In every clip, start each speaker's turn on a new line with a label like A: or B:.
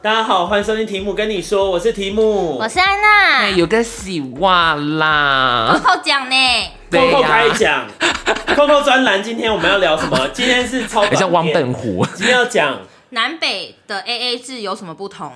A: 大家好，欢迎收听题目跟你说，我是题目，
B: 我是安娜
C: 哎，，有个洗袜啦，
B: 扣奖呢，
C: 对
A: Coco
C: 呀
A: 开讲 ，Coco 专栏，今天我们要聊什么？今天是超
C: 很像
A: 短
C: 汪
A: 片
C: 笨虎。，
A: 今天要讲，
B: 南北的 A A 制有什么不同？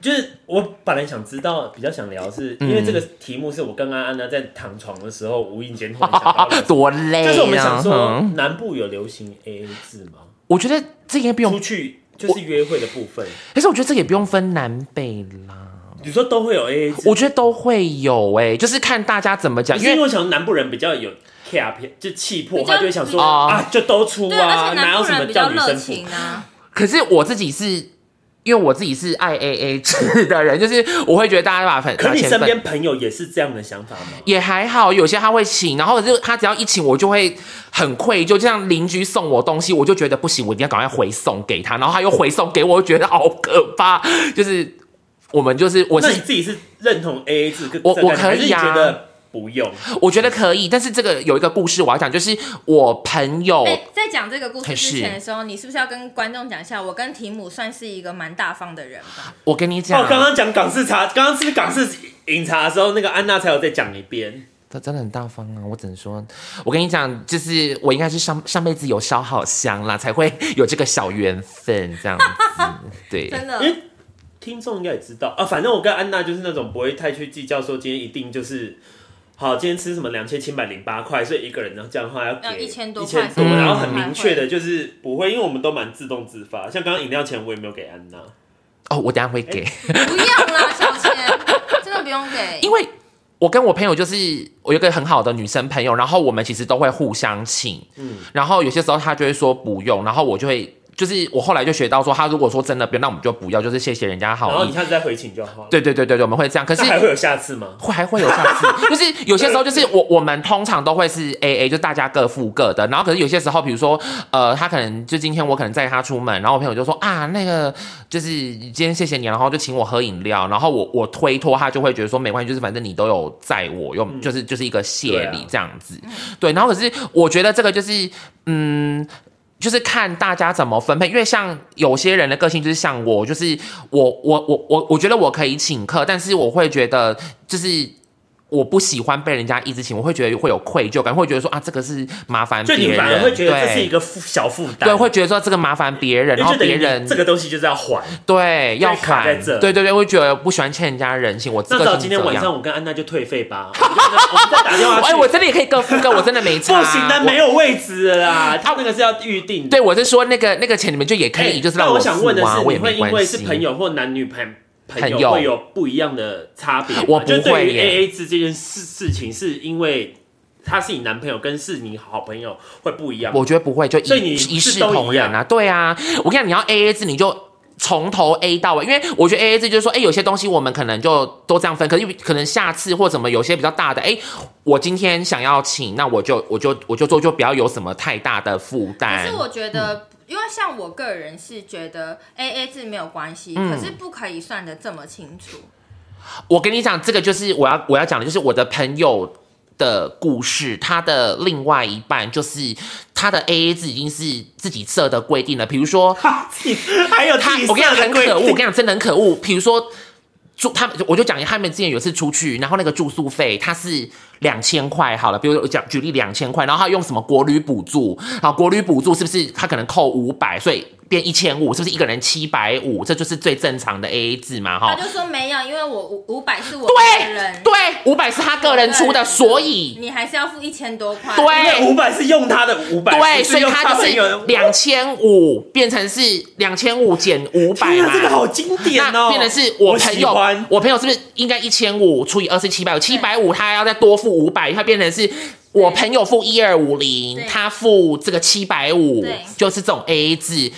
A: 就是我本来想知道，比较想聊是，因为这个题目是我跟安安呢在躺床的时候无意间突然想到的
C: 多累
A: 就
C: 啊！
A: 是我们想说
C: 嗯，
A: 南部有流行 AA 制吗？
C: 我觉得这个也不
A: 出
C: 用，
A: 去就是约会的部分，
C: 可是我觉得这个也不用分南北啦，
A: 你说都会有 AA 制，
C: 我觉得都会有哎、就是看大家怎么讲，
A: 不是
C: 因
A: 因为
C: 为
A: 我想南部人比较有 care 偏，就气魄，
B: 比较
A: 他就会想说
C: 嗯
A: 啊，就都出
B: 对，而
A: 啊，
B: 且
A: 哪
B: 南
A: 有
B: 部
A: 什
B: 人
A: 么
B: 比
A: 叫
B: 较
A: 女
B: 热
A: 生不
B: 情啊，
C: 可是我自己是。因为我自己是爱 A A 制的人，就是我会觉得大家把粉，
A: 可
C: 把
A: 你
C: 钱
A: 身
C: 分
A: 边朋友也是这样的想法吗？
C: 也还好，有些他会请，然后就他只要一请，我就会很愧疚。就像邻居送我东西，我就觉得不行，我一定要赶快回送给他，然后他又回送给我，我就觉得好可怕。 就是我们就是我
A: 那你
C: 是
A: 自己是认同 AA 制跟
C: 我
A: 这个概念
C: 我可以啊
A: 还是你觉得不用，
C: 我觉得可以，但是这个有一个故事我要讲，就是我朋友
B: 哎、在讲这个故事之前的时候，你是不是要跟观众讲一下？我跟提姆算是一个蛮大方的人吧？
C: 我跟你讲
A: 哦，，刚刚讲港式茶，刚刚是不是港式饮茶的时候，那个安娜才有再讲一遍。
C: 他真的很大方啊！我只能说，我跟你讲，就是我应该是上上辈子有烧好香啦，才会有这个小缘分这样子。 对，
B: 真的
A: 因，为听众应该也知道啊，反正我跟安娜就是那种不会太去计较，说今天一定就是好，今天吃什么两千七百零八块，所以一个人呢这样的话要
B: 要
A: 给
B: 1000多
A: 一千多，
C: 块
A: 然后
C: 嗯
A: 很明确的就是不会，因为我们都蛮自动自发，像刚刚饮料钱我也没有给安娜，
C: 哦，我等一下会给。
B: 不用 啦，小钱，真的不用给
C: 因。为我跟我朋友就是我有一个很好的女生朋友，然后我们其实都会互相请，
A: 嗯
C: 嗯，然后有些时候她就会说不用，然后我就会就是我后来就学到说，她如果说真的不用，那我们就不要，就是谢谢人家
A: 然
C: 好
A: 后你
C: 意。
A: 下次再回请就好了。，
C: 对对对对对，我们会这样，可是
A: 那。还会有下次吗？
C: 会还会有下 次，就是有些时候就是我我们通常都会是 A A，就大家各付各的。然后可是有些时候，比如说呃，他可能就今天我可能载他出门，然后我朋友就说啊，那个就是今天谢谢你，然后就请我喝饮料，然后我我推脱他就会觉得说没关系，就是反正你都有载我，又就是就是一个
A: 嗯
C: 谢
A: 对啊
C: 礼这样子。对，然后可是我觉得这个就是嗯。就是看大家怎么分配，因为像有些人的个性就是像我，就是我我我我我觉得我可以请客，但是我会觉得就是我不喜欢被人家一直请，我会觉得会有愧疚感，会觉得说啊这个是麻烦
A: 就
C: 别
A: 你
C: 人，
A: 反而会觉得这是一
C: 对
A: 个负小负担，
C: 对，会觉得说这个麻烦别人，
A: 因
C: 然
A: 为
C: 后
A: 就等于
C: 别人
A: 你这个东西就是要还。
C: 对要
A: 卡在
C: 还，
A: 这
C: 对对对，会觉得不喜欢欠人家人情，我这
A: 那
C: 个
A: 到
C: 是
A: 今天
C: 这
A: 晚
C: 样
A: 上，我跟安娜就退费吧。我们再打电话去。
C: 哎，我真的也可以各付各，我真的没差，
A: 不行的，
C: 我
A: 没有位置了啦。他那个是要预定的。
C: 对，我是说那个那个钱你们就也可
A: 哎，
C: 以，就是
A: 那
C: 让
A: 我
C: 付
A: 想问的
C: 啊，
A: 是，你
C: 我也
A: 会
C: 没
A: 因为
C: 关
A: 是
C: 系。
A: 朋友或男女朋朋
C: 朋
A: 友
C: 友
A: 会有不一样的差别吗？
C: 我不
A: 就对于
C: 会耶
A: A A 制这件事事情，是因为他是你男朋友跟是你好朋友会不一样吗。
C: 我觉得不会，就一
A: 所以你
C: 一
A: 是
C: 视
A: 都一
C: 同仁啊，对啊。我跟你讲，你要 A A 制，你就从头 A 到尾，因为我觉得 A A 制就是说，哎、有些东西我们可能就都这样分，可是可能下次或怎么有些比较大的，哎、我今天想要请，那我就我就我就做，就不要有什么太大的负
B: 可
C: 担
B: 是。我觉得，因为像我个人是觉得 A A 制没有关系，
C: 嗯
B: 可是不可以算的这么清楚。
C: 我跟你讲，这个就是我要我要讲的，就是我的朋友的故事，他的另外一半就是他的 A A 制已经是自己设的规定了，比如说。
A: 他 自己还有
C: 他
A: 自己，
C: 我跟你讲
A: 设的
C: 很
A: 规
C: 可恶，我
A: 定
C: 跟你讲真的很可恶。比如说住他们，我就讲他们之前有一次出去，然后那个住宿费他是两千块好了，比如我讲举例两千块，然后他用什么国旅补助，好国旅补助是不是他可能扣五百，所以变一千五，是不是一个人七百五？这就是最正常的 A A 制嘛，
B: 他
C: 哈。
B: 就说没有，因为我五五百是我个
C: 对
B: 人，
C: 对，五百是他个人出的，所以。
B: 你还是要付一千多块。
C: 对
A: 那五百是用他的五百，
C: 哎对，
A: 不
C: 所以
A: 用
C: 他就
A: 朋友的
C: 是两千五变成是两千五减五百
A: 天
C: 嘛
A: 啊，这个好经典
C: 那
A: 哦！
C: 变成是我朋友，
A: 喜
C: 我
A: 欢
C: 朋友是不是应该一千五除以二是七百五？七百五他还要再多付五百，他变成是我朋友付一二五零
B: 对，
C: 他付这个七百五
B: 对，
C: 就是这种 A A 制，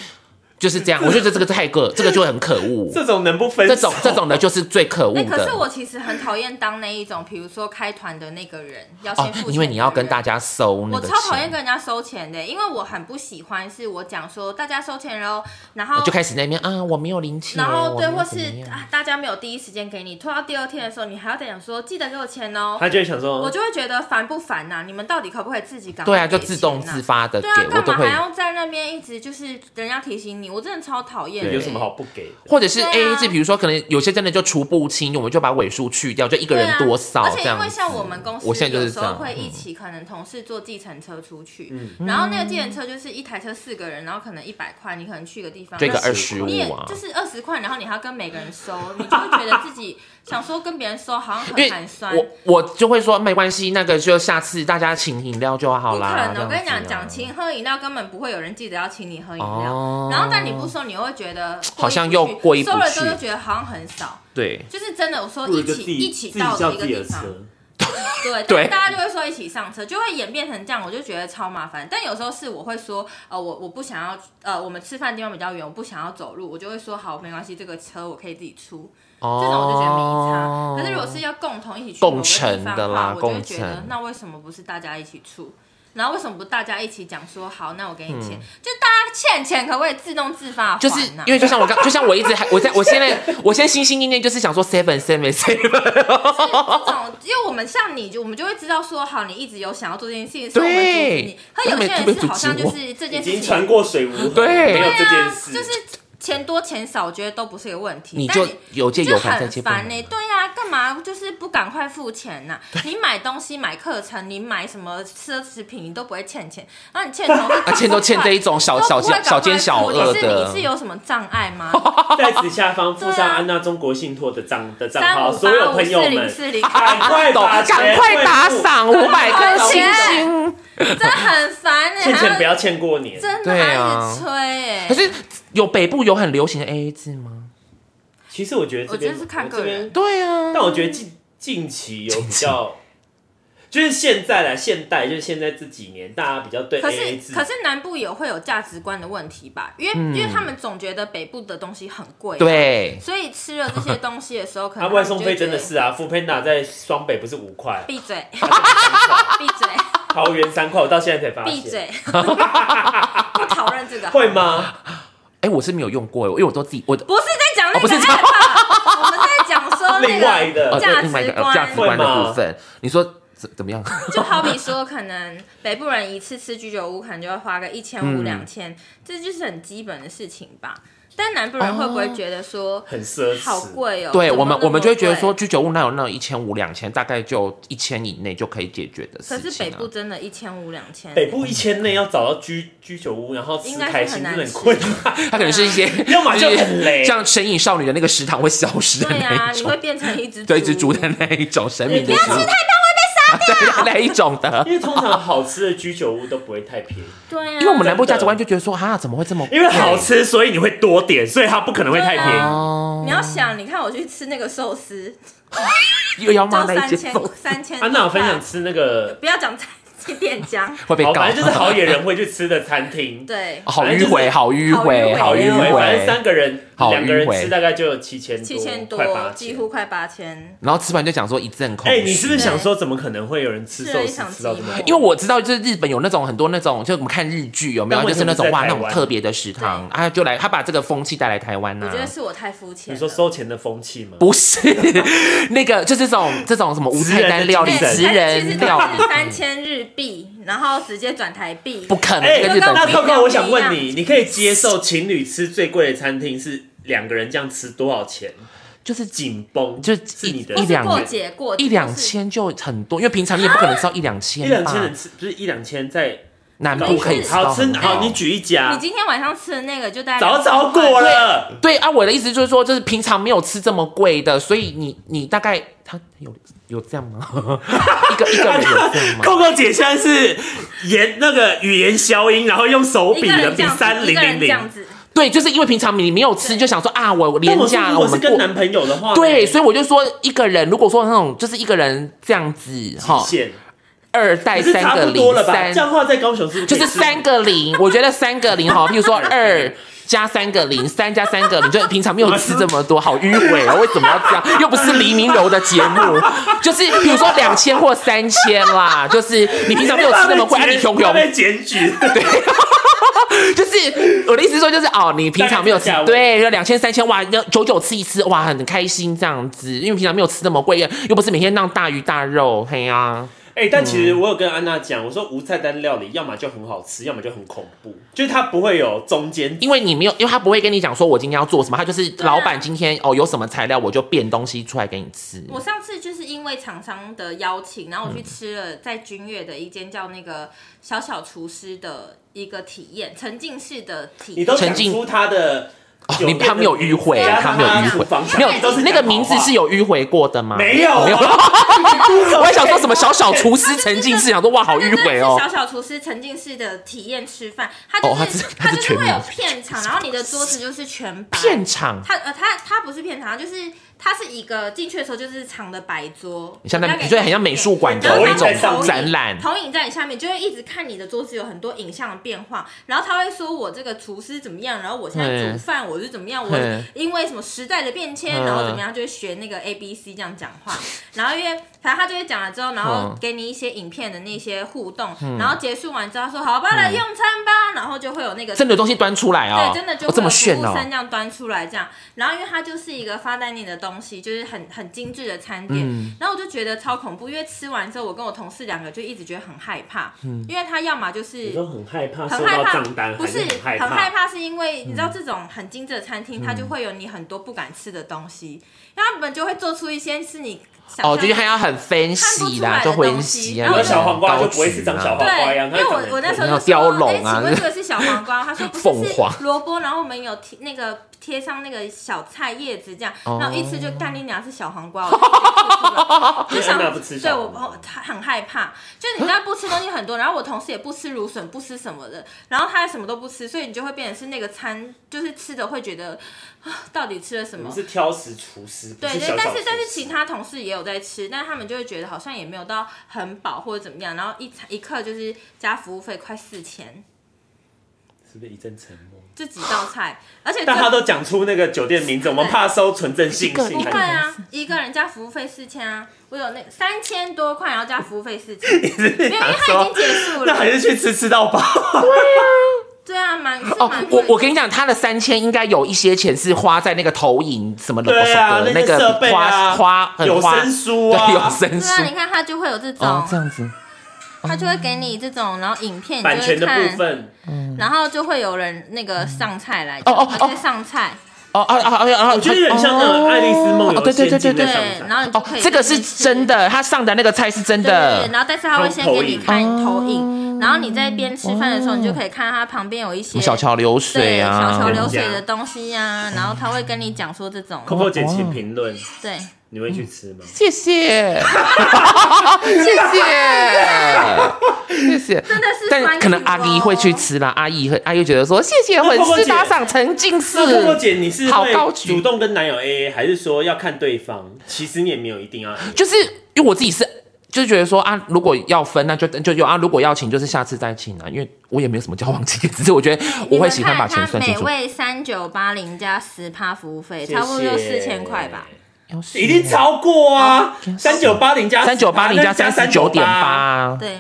C: 就是这样。我觉得这个太个，这个就很可恶。
A: 这种能不分手
C: 这种这种的就是最可恶
B: 哎、可是
C: 的。
B: 我其实很讨厌当那一种，比如说开团的那个人要
C: 哦
B: 先付、，
C: 因为你要跟大
B: 家。
C: 家收那
B: 我
C: 个
B: 超讨厌
C: 钱，
B: 跟人家收钱的，因为我很不喜欢是我讲说大家收钱喽，然后
C: 就开始在那边啊，我没有零钱，
B: 然后对，
C: 我没
B: 或
C: 有怎么
B: 是
C: 样
B: 啊大家没有第一时间给你，拖到第二天的时候，你还要再讲说记得给我钱哦，
A: 他就会想
B: 我
A: 说，
B: 就会觉得烦不烦呐、你们到底可不可以自己搞、
C: 啊对啊，就自动自。发的给
B: 对啊，
C: 我
B: 干
C: 都
B: 嘛
C: 会
B: 还要在那边一直就是人家提醒你？我真的超讨厌的。
A: 有什么好不给的？
C: 或者是
B: 对啊
C: A A 制，比如说可能有些真的就除不清，我们就把尾数去掉，就一个人多少
B: 对啊而
C: 这
B: 且因
C: 样
B: 为
C: 子。
B: 像我们公司，
C: 我现在就是
B: 有时
C: 这
B: 候
C: 样嗯
B: 会一起，可能同事坐计程车出去，
A: 嗯
B: 然后那个计程车就是一台车四个人，然后可能一百块，你可能去个地方，
C: 这个
B: 那
A: 是
C: 二十
A: 25
B: 你也
C: 五啊
B: 就，是二十块，然后你还要跟每个人收，你就会觉得自 己想说跟别人收好像
C: 因
B: 很
C: 为
B: 寒酸。
C: 我我就会说没关系，那个就下次大家请饮料就好
B: 不可
C: 啦。
B: 能，我跟你讲，讲
C: 清
B: 请喝饮料根本不会有人记得要请你喝饮料，
C: 啊哦。
B: 然后但你不收，你又会觉得
C: 好像
B: 过意不
C: 又过意不
B: 收了
C: 去
B: 之后又觉得好像很少，
C: 对
B: 就是真的，我说
A: 不如
B: 一
A: 就
B: 起
A: 自己
B: 一起
A: 自己
B: 到
A: 叫
B: 一
A: 自
B: 个
A: 己
B: 地
A: 的
B: 方。
A: 车，
B: 对，
C: 对
B: 但大家就会说一起上车，就会演变成这样，我就觉得超麻烦。但有时候是我会说，呃，我我不想要，呃，我们吃饭地方比较远，我不想要走路，我就会说好，没关系，这个车我可以自己出，
C: 哦，
B: 这种我就觉得没差。可是如果是要共同一起去
C: 共
B: 某个地
C: 乘
B: 方
C: 的
B: 话，
C: 啦
B: 我就会觉
C: 共
B: 得
C: 乘
B: 那为什么不是大家一起出？然后为什么不大家一起讲说好，那我给你钱？就大家欠钱可不可以自动自发还、啊？
C: 嗯就是因为就 像我刚，就像我一直还我在我现在我现在心心念念就是想说 seven seven seven，
B: 这种，因为我们像你就我们就会知道说，好，你一直有想要做这件事情，所以我们
C: 对
B: 阻止你。可有些人是好像就是这
A: 已
B: 件事
A: 经
B: 情，啊
A: 传过水无痕，
C: 对
A: 没有这件事，
B: 就是钱多钱少，我觉得都不是一个问题。
C: 你
B: 但
C: 就有借有
B: 就
C: 还再
B: 很
C: 借不还
B: 烦欸呢、对呀、干嘛就是不赶快付钱呐、你买东西、买课程、你买什么奢侈品，你都不会欠钱，然后你欠同事，
C: 啊，欠都欠这一种小小
B: 都不会赶快
C: 小奸小
B: 付
C: 恶
B: 你是你是
C: 的，
B: 有什么障碍吗？
A: 在此下方附
B: 对
A: 上
B: 啊
A: 安娜中国信托的账的账
B: 三
A: 号，
B: 五
A: 所
B: 八
A: 有
B: 五
A: 朋
B: 四
A: 友
B: 零
A: 们
B: 四零，
A: 赶快
C: 懂
A: 把钱
C: 赶快打
A: 退付
C: 赏五百颗星星。
B: 真的很烦呢、
A: 欠
B: 还
A: 钱
B: 要
A: 不要欠过年，
B: 真的
C: 对
B: 还
C: 啊
B: 一直催哎、
C: 可是有北部有很流行的 AA 制吗？
A: 其实我觉得这边
B: 我觉得是看
A: 这
B: 个
A: 边
B: 人
C: 对啊，
A: 但我觉得近近期有比较，就是现在啦，现代就是现在这几年，大家比较对
B: 可
A: AA 制
B: 是可是南部也会有价值观的问题吧？因为、因为他们总觉得北部的东西很贵，，
C: 嗯对，
B: 所以吃了这些东西的时候，可
A: 啊，
B: 能
A: 外送费真的
B: 他们
A: 是啊，富 Panda 在双北不是五块，
B: 就会觉得闭嘴
A: 它只有三块
B: 闭嘴
A: 桃园三块，我到现在才 发
B: 闭
A: 现，
B: 嘴，不讨论这个，
A: 会吗？
C: 哎，我是没有用过，因为我都自己我
B: 不是在讲那
C: 哦不
B: 个
C: 是
B: app，我们在讲说哦 那
A: 另外
B: 个。
A: 的
C: 呃
B: 价值观
C: 另外一个呃价值观的部分，你说怎怎么 样？
B: 就好比说，可能北部人一次吃居酒屋，可能就会花个一千五、
C: 嗯
B: 两千，这就是很基本的事情吧。但南部人会不
C: 哦
B: 会觉得说
A: 很奢侈，
B: 好贵哦？
C: 对
B: 怎么
C: 我们
B: 那么
C: 我们就会觉得
B: 贵
C: 说居酒屋那有那一千五两千，大概就一千以内就可以解决的
B: 可
C: 事
B: 是
C: 情、
B: 北
C: 啊
B: 部。真的一千五两千，
A: 北部一千内要找到居居酒屋，然后吃
B: 应该是
A: 开心真
B: 很难
A: 的很困难，
C: 它可能是一些，
A: 啊要么就很雷
C: 像神隐少女的那个食堂会消失的
B: 对呀、
C: 那一
B: 你
C: 种，
B: 会变成一只
C: 对，一只猪的那一种神秘的
A: 你不要
C: 猪，
A: 吃
C: 对那一种的。
A: 因为通常好吃的居酒屋都不会太便宜，
B: 对啊呀、
C: 因为我们南部价值观就觉得说，啊，怎么会这么贵？
A: 因为好吃，所以你会多点，所以它不可能会太便
B: 对
A: 宜
B: 啊。
C: 哦
B: 你，要想，你看我去吃那个寿司，
C: 又要骂
B: 就
C: 那一
B: 三
C: 间啊
B: 千三千，
A: 安娜有分享，吃啊那个，
B: 不要讲这 店家，
C: 会被
A: 好，
C: 告，
A: 反正就是好野人会去吃的餐 厅。
B: 对，
C: 好迂回，好迂回，
B: 好
C: 好
B: 迂
C: 迂
B: 回
A: 反正
C: 回。
A: 三个人，
C: 好
A: 两个人
C: 迂回
A: 吃大概就有七千
B: 七千
A: 快八
B: 多，几乎快八千。
C: 然后吃完就讲说一阵空
A: 哎、
C: 虚。
A: 你是不是想说，怎么可能会有人吃寿
B: 对吃了一啊
A: 司
B: 场
A: 吃到这么
B: 寂寞
A: 多？
C: 因为我知道，就是日本有那种很多那种，就我们看日剧有没有，
A: 但
C: 就
A: 为
C: 是
A: 什么
C: 那种
A: 在
C: 哇
A: 台
C: 那
A: 湾
C: 种特别的食堂，啊，就来他把这个风气带来台湾呐、啊
B: 我觉得是我太肤浅
A: 你
B: 了。
A: 说收钱的风气吗？
C: 不是那个，就是这种这种什么无菜单料理、
A: 对但是
C: 职人料理，
B: 三千日币，然然后直接转台币，
C: 不可能
A: 哎、
C: 这个日本
A: 那
C: 不
A: 扣
C: 一
A: 扣，
C: 样。
A: 我想问你，你可以接受情侣吃最贵的餐厅是两个人这样吃多少钱？
C: 就是
A: 紧绷，
C: 就是
A: 你的
B: 或
C: 一
B: 哦是
C: 两
B: 过节过
C: 一两，千就很多，因为平常你也不可能吃到一两
A: 一
C: 千
A: 两
C: 吧
A: 千人吃，不是一两千在
C: 南部可以吃到
A: 好吃
C: 很多
A: 好，你举一
B: 就是
A: 家
B: 你，今天晚上吃的那个就大概
A: 早早
B: 20块
A: 过了，
C: 对啊，我的意思就是说，就是平常没有吃这么贵的，所以你你大概他有有这样吗？ 一个一个人有这样 吗？
A: 扣扣姐现在是言那个语言消音，然后用手
B: 一
A: 比
B: 个
A: 的
B: 人这
A: 比
B: 样子
A: 三
B: 一
A: 零
B: 个
A: 零
B: 人这
A: 零。
B: 样子，
C: 对，就是因为平常你没有吃，就想说啊，我
A: 但
C: 廉
A: 我说
C: 价
A: 如
C: 了，
A: 果
C: 我
A: 是
C: 们
A: 跟
C: 过。
A: 男朋友的欸话呢，
C: 对，所以我就说，一个人如果说那种就是一个人这样子哈，
A: 显
C: 二
A: 可
C: 代
A: 是
C: 三
A: 差
C: 个
A: 不多
C: 零
A: 了吧？
C: 三
A: 这，样的话在高雄是不
C: 就是
A: 可
C: 是
A: 以吃
C: 三个 零，我觉得三个零哈，譬如说二加三个零，三加三个零，就平常没有吃这么多，好迂回哦，为什么要这样？又不是黎明柔的节目，就是比如说两千或三千啦，就是你平常没有吃那么贵，啊、你熊熊
A: 他，被检举，对，
C: 就是我的意思是说，就是哦，你平常没有吃
A: 大概是这个价位，
C: 对，就两千三千哇，要九九吃一次哇，很开心这样子，因为平常没有吃那么贵，又又不是每天那样大鱼大肉，嘿呀、
A: 哎、但其
C: 嗯
A: 实我有跟安娜讲，我说无菜单料理，要么就很好吃，要么就很恐怖，就是它不会有中间。
C: 因为你没有，因为他不会跟你讲说我今天要做什么，他就是
B: 啊
C: 老板今天哦有什么材料我就变东西出来给你吃。
B: 我上次就是因为厂商的邀请，然后我去吃了在君悦的一间叫那个小小厨师的一个体验，沉浸式的体
A: 你
B: 验。
A: 都讲
C: 沉浸
A: 出它的
C: 哦
A: 酒
C: 你
A: 店的
C: 他没有迂回
A: 名字
B: 啊
C: 他没有迂
A: 加上它的
C: 回
A: 厨房
C: 没
B: 没
C: 有
B: 有
A: 你都是
C: 那个
A: 讲好话
C: 名字是有迂回过的吗？
A: 没有啊
C: 没有。 我还想说什么小小厨师沉浸式，想说哇好迂回哦
B: 它真的是。小小厨师沉浸式的体验吃饭，它
C: 哦它
B: 就是是、
C: 它是
B: 就是会
C: 全
B: 有
C: 名
B: 片场，然后你的桌子就是全白。
C: 片场，
B: 它呃，它它不是片场，它就是它是一个进去的时候就是长的白桌，
C: 你像那，
B: 人家
C: 你
B: 给
C: 觉得很像美术馆的
B: 然
A: 投
B: 后
C: 那
A: 影在上
C: 种
A: 面
C: 展览，
B: 投影在你下面，就会一直看你的桌子有很多影像的变化，然后他会说我这个厨师怎么样，然后我现在煮饭我是怎么样，我
C: 嗯
B: 因为什么时代的变
C: 嗯
B: 迁，然后怎么样，就会学那个 A B C 这样讲话，然后因为反正他就会讲了之后，然后
C: 嗯
B: 给你一些影片的那些互动，然后结束完之后说好吧，来
C: 嗯
B: 用餐吧，然后就会有那个
C: 真的有东西端出来哦，
B: 对，真的就
C: 哦
B: 会
C: 这么
B: 有服
C: 炫
B: 务
C: 哦。
B: 生这样端出来这样。然后因为它就是一个发丹尼的东西，就是很很精致的餐点。
C: 嗯
B: 然后我就觉得超恐怖，因为吃完之后，我跟我同事两个就一直觉得很害怕，
C: 嗯
B: 因为他要么就
A: 你
B: 是。
A: 说很害怕收
B: 很害
A: 到
B: 怕
A: 账，单，
B: 不
A: 还是
B: 是
A: 害
B: 很害怕，是因为你知道
C: 嗯
B: 这种很精致的餐厅，它就会有你很多不敢吃的东西，然后他们就会做出一些是你想
C: 哦，
B: 象
C: 就是他要很分析啦，
B: 看
C: 就
B: 不出来的
C: 分
B: 东西
C: 析啊，
A: 如果
B: 然后就
A: 小黄瓜就不会是长小黄瓜一
B: 对，
A: 样，
B: 因为我我那时候就说，
C: 雕龙啊
B: 哎请问这个是小黄瓜？他说不是，
C: 凤凰
B: 是萝卜。然后我们有贴那个贴上那个小菜叶子这样，
C: 哦
B: 然后一吃就干你娘是小黄瓜，我就直接吐出 来就
A: 因为安娜
B: 想
A: 不吃
B: 对
A: 小
B: 我
A: 黄瓜
B: 我他很害怕，就是你知道不吃东西很多，然后我同事也不吃芦笋，不吃什么的，然后他也什么都不吃，所以你就会变成是那个餐就是吃的会觉得啊到底吃了什
A: 我
B: 么
A: 们？是挑食厨师，不
B: 对
A: 小
B: 对，
A: 小
B: 但是但
A: 厨
B: 是
A: 师
B: 其他同事也有在吃，但是他们就会觉得好像也没有到很饱或者怎么样，然后一餐一克就是加服务费快四千，
A: 是不是一阵沉默？
B: 这几 道菜，而且
A: 但他
B: 这
A: 都讲出那个酒店名字，我们怕收纯正性信
C: 一个
B: 不会
A: 函。
B: 啊，一个人加服务费四千啊，我有那三千多块，然后加服务费四 千，没有，因为他已经结束
A: 那还
B: 了，
A: 是去吃吃到饱。
B: 对啊，蛮是
C: 哦
B: 蛮，
C: 我
B: 贵
C: 我跟你讲，他的三千应该有一些钱是花在那个投影什么的，
A: 对啊，
C: 那
A: 些设备
C: 花、
A: 啊，
C: 花
A: 有
C: 很花，
A: 声书啊，
C: 对，有声
B: 对啊，
C: 书
B: 你看他就会有这
C: 哦
B: 种，，
C: 这样子，
B: 他就会给你这种，然后影片 你
A: 版
B: 就会
A: 权的部
B: 看，
A: 分。 嗯
B: 然后就会有人那个上菜来，
C: 哦哦哦
B: 啊对上菜。
C: 哦哦哦哦哦，
A: 我觉得有点像那种《爱丽丝梦
C: 哦
A: 游
C: 对对
A: 仙
C: 对
A: 境
C: 对》
A: 那
C: 对
A: 种。
B: 对，然后你就
C: 哦
B: 可以，
C: 这个是
B: 进去
C: 真的，他上的那个菜是真
B: 对对
C: 的哦
B: 对，。然后但是他会先给你看投影，然后你在边吃饭的时候，你就可以看它旁边有一些
C: 小桥流水
B: 对小
C: 啊，
B: 桥流水的东西呀，然后他会跟你讲说这种
A: Coco 姐，请评
C: 哦
A: 论，
B: 对，
A: 你会去吃吗？
C: 谢谢，谢谢，谢谢。
B: 真的是酸
C: 但可能
B: 楚
C: 阿姨
B: 哦
C: 会去，吃啦，阿姨会阿姨会觉得说谢谢粉丝打赏沉浸式
A: 那。Coco 姐，你是
C: 好高
A: 会
C: 举
A: 主动跟男友 AA，还是说要看对方？其实你也没有一定 要 AA。
C: 就是因为我自己是就是觉得说啊，如果要分，那就就有啊；如果要请，就是下次再请啊。因为我也没有什么交往经验，只是我觉得我会喜欢把钱算
B: 你们看
C: 清楚
B: 它。每位三九八零加十趴服务费，
A: 谢
B: 差不多
A: 谢
B: 四千块吧。
A: 一定超过啊，三九八零加
C: 嗯三九八零加三十九点，
A: 那
C: 八，
B: 对，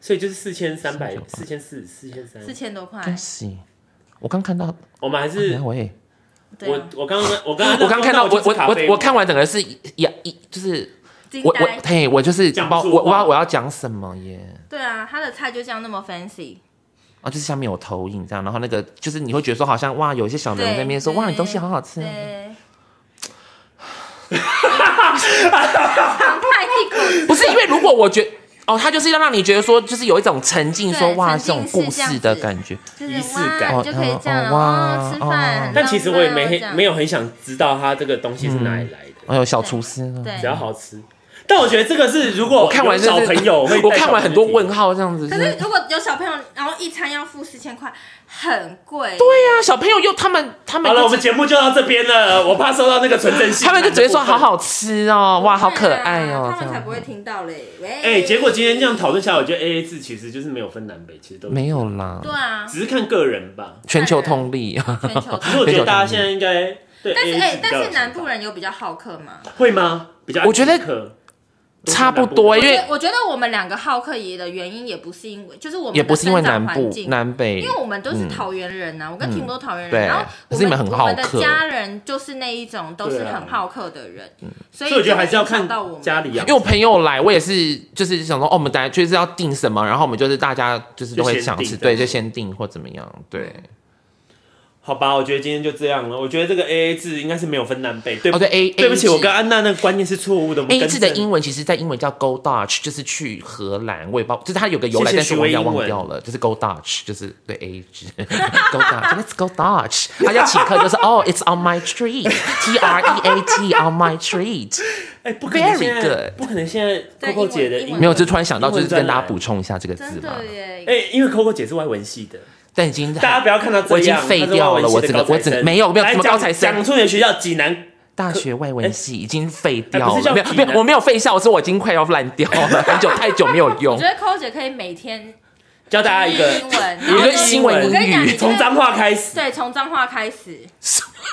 A: 所以就是四千三百、四千四、四千三
B: 四。千多块，
C: 恭喜！我刚看到，
A: 我们还
C: 哎
A: 是
C: 喂，
B: 对
A: 我
B: 啊，
A: 我刚刚我刚刚
C: 我刚看到，我
A: 就
C: 我
A: 是咖
C: 我
A: 啡
C: 我看完整个是一一就是
B: 惊
C: 我我
B: 呆，
C: 嘿，我就是
A: 讲不
C: 我
A: 出
C: 我我
A: 话
C: 要我要讲什么耶？
B: 对啊，他的菜就这样那么 fancy，
C: 啊，就是下面有投影这样，然后那个就是你会觉得说好像哇，有一些小人
B: 对
C: 在那边说
B: 对
C: 哇，你东西好好吃啊，
B: 对。长叹一口气
C: 不是因为如果我觉哦，他就是要让你觉得说，就是有一种沉浸说
B: 对
C: 哇这
B: 沉
C: 种
B: 浸
C: 故
B: 式这样
C: 事的
B: 子
C: 感觉，
B: 就是
A: 仪式感
B: 哇你就可以这样了
C: 哦
B: 哇，吃
C: 哦
B: 饭。很
A: 但其实我也
C: 嗯
A: 没
B: 浪
A: 很
B: 漫
A: 没有很想知道它这个东西是哪里来的，
C: 哎呦小厨师呢？
B: 对
A: 只要好吃。哎但我觉得这个是如果
C: 我看完
A: 有
C: 就
A: 小
C: 是
A: 朋友会，
C: 我看完很多问。号这样子。
B: 这样。可是如果有小朋友，然后一餐要付四千块，很贵。
C: 对
A: 啊
C: 呀、小朋友又他们他们
A: 好了，
C: 就
A: 我们节目就到这边了，我怕收到那个纯正性。
C: 他们就直接说好。好吃哦，哇，好可爱哦，
B: 啊他
C: 这
B: 们才
C: 样
B: 不会听到嘞。喂，
A: 哎、结果今天这样讨论下来，我觉得 A A 制其实就是没有分南北，其实都
C: 没有啦，
B: 对啊，
A: 只是看个人吧。
C: 全球通力，
B: 全
A: 可
B: 球
A: 是我
B: 通。
A: 觉得大家现在应该对 A
B: 但是
A: A
B: 哎
A: 制，比较
B: 但
A: 有
B: 是南
A: 想法
B: 部人有比较好客嘛？
A: 会吗？比较
C: 我觉得
A: 安静客是
C: 差不多
A: 南
C: 因为
B: 我觉得我们两个好客爷的原因也不是因为，就是我们
C: 也不是因为
B: 的生
C: 南
B: 长环
C: 部
B: 境啊
C: 南北，
B: 因为我们都是桃园人啊呐、我跟 Tim 都是桃园人，
C: 嗯对
B: 然后
C: 可
B: 我
C: 是
B: 们
C: 你们很好
B: 我
C: 客啊
B: 们的家人就是那一种都是很好客的人，
C: 嗯
A: 部
B: 所
A: 所
B: 以
A: 以我觉得还是要
B: 就会
A: 看
B: 影响到我们
A: 家里养啊
C: 因为我朋友来，我也是就是想说，哦，我们等下就是要订什么，然后我们就是大家就是都会想
A: 就
C: 吃，
A: 先订
C: 对，就先订或怎么样，对。
A: 好吧，我觉得今天就这样了。我觉得这个 A A 制应该是没有分南北，对
C: 哦，
A: 不
C: 对，A A
A: 对不起，
C: 制
A: 我跟安娜那个观念是错误的。我们
C: A
A: 更
C: 字
A: 正
C: 的英文其实，在英文叫 Go Dutch，就是去荷兰，我也不知道，就是它有个由来，
A: 谢谢
C: 但是我
A: 徐
C: 要
A: 威英
C: 忘
A: 文
C: 掉了，就是 Go Dutch，就是对 A 字 Go Dutch，Let's Go Dutch，大家请客 就是哦，It's on my treat，T R E A T on my treat，
A: 哎，不可能
C: Very
A: 现在
C: good
A: 不可能现在
B: 对
A: Coco 姐的
B: 英文英
A: 英
B: 文
C: 没有，就突然想到，就是
A: 英文专
C: 跟
A: 栏
C: 大家补充一下这个字
B: 真
C: 嘛，
B: 的耶，
A: 哎，因为 Coco 姐是外文 系的，
C: 但已经
A: 大家不要看到这样，
C: 我已经废掉了
A: 她是外文系
C: 我整个
A: 的高材生
C: 我整个没有没有
A: 来
C: 什么
A: 讲
C: 高材生
A: 讲出你的学校济南
C: 大学外文系已经废掉
A: 哎不
C: 了
A: 是，叫
C: 没有
A: 济
C: 没
A: 南
C: 有，我没有废校，是我已经快要烂 掉了，很久太久没有用
B: 我觉。得 c o 姐可以每天
A: 教大家一个
B: 英文，
A: 一个
B: 然后就是
A: 新闻
B: 我跟你讲，
C: 英语
B: 你
A: 从脏话开始，
B: 对从脏话开始，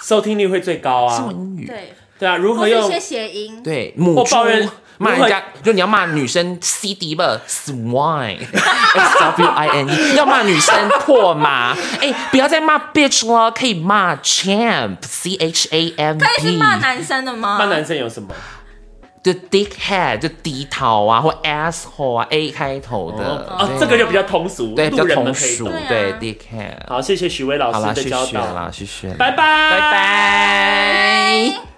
A: 收听率会最高
C: 是
A: 啊
C: 我。英语
B: 对，
A: 对啊，如
B: 或
A: 何
B: 是一
A: 用
B: 些谐音，
C: 对母猪
A: 抱怨
C: 骂
A: 如
C: 人
A: 何
C: 家，就你要骂女生 C D 吧 swine S W I N E，要骂女生破马， 哎，不要再骂 bitch 了，可以骂 champ C H A M
B: 可哎以是
C: P，
B: 骂男生的吗？
A: 哎骂男生有什么？
C: 就 dickhead 就低头啊，或 asshole 啊 A 开头的
A: 哦，
C: 对啊
A: 这个就比较通俗，
C: 对比较
A: 路人
C: 通
A: 们可以
C: 俗
A: 懂。
C: 对
B: 对啊
C: dickhead。
A: 好，谢谢许巍老
C: 好啦，
A: 师的
C: 谢
A: 教
C: 谢
A: 导，
C: 啦，谢谢啦，
B: 哎
A: 拜拜，拜
C: 拜拜。